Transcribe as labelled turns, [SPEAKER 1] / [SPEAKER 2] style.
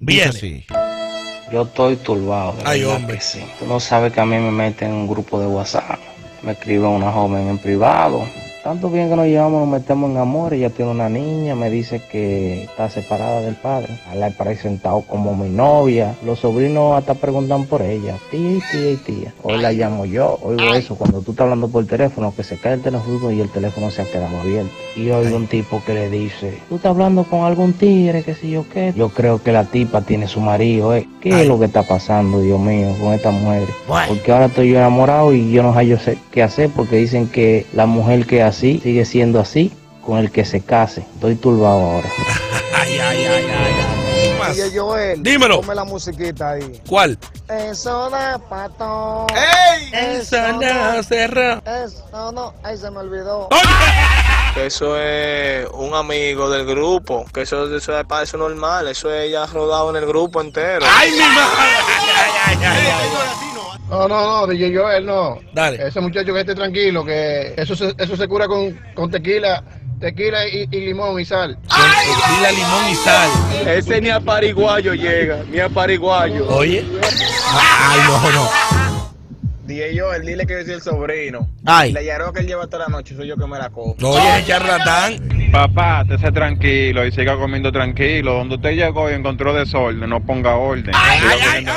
[SPEAKER 1] Viene.
[SPEAKER 2] Dice así.
[SPEAKER 3] Yo estoy turbado. de
[SPEAKER 1] Ay,
[SPEAKER 3] verdad
[SPEAKER 1] hombre.
[SPEAKER 3] que sí. Tú no sabes que a mí me meten en un grupo de WhatsApp. Me escribe una joven en privado. Tanto bien que nos llevamos, nos metemos en amor. Ella tiene una niña, me dice que está separada del padre. La he presentado como mi novia. Los sobrinos hasta preguntan por ella. Tía y tía y tía. Hoy la llamo yo. Oigo eso cuando tú estás hablando por teléfono, que se cae el teléfono y el teléfono se ha quedado abierto. Y oigo un tipo que le dice, tú estás hablando con algún tigre, que sé yo qué. Yo creo que la tipa tiene su marido, ¿eh? ¿Qué es lo que está pasando, Dios mío, con esta mujer?
[SPEAKER 2] Bueno.
[SPEAKER 3] Porque ahora estoy yo enamorado y yo no sé yo sé qué hacer porque dicen que la mujer que es así sigue siendo así con el que se case. Estoy turbado ahora.
[SPEAKER 1] Ay, ay, ay, ay. ay. ¿Qué pasa?
[SPEAKER 4] Oye, Joel,
[SPEAKER 1] Dímelo.
[SPEAKER 4] ponme la musiquita ahí.
[SPEAKER 1] ¿Cuál?
[SPEAKER 4] Eso da pato.
[SPEAKER 1] ¡Ey!
[SPEAKER 4] Eso no,
[SPEAKER 1] cerrado.
[SPEAKER 4] eso no, ahí se me olvidó.
[SPEAKER 5] Que eso es un amigo del grupo, que eso, eso es para eso normal, eso es ya rodado en el grupo entero.
[SPEAKER 1] ¡Ay, mi madre! Ay, ay, ay, ay, ay.
[SPEAKER 6] No, no, no, DJ Joel, no.
[SPEAKER 1] Dale.
[SPEAKER 6] Ese muchacho que esté tranquilo, que eso se, eso se cura con, con tequila, tequila y, y limón y sal.
[SPEAKER 1] Tequila, limón y sal.
[SPEAKER 5] Ese ni a Paraguayo llega, ni a Paraguayo.
[SPEAKER 1] Oye.
[SPEAKER 2] Ay, no, no.
[SPEAKER 5] Dije yo, él dile que yo soy el sobrino.
[SPEAKER 2] Ay.
[SPEAKER 5] La yaró que él lleva toda la noche, soy yo que me la como.
[SPEAKER 1] No, oye, ese charlatán.
[SPEAKER 7] Papá, te sé tranquilo y siga comiendo tranquilo. Donde usted llegó y encontró desorden, no ponga orden.
[SPEAKER 1] Ay, ay, ay.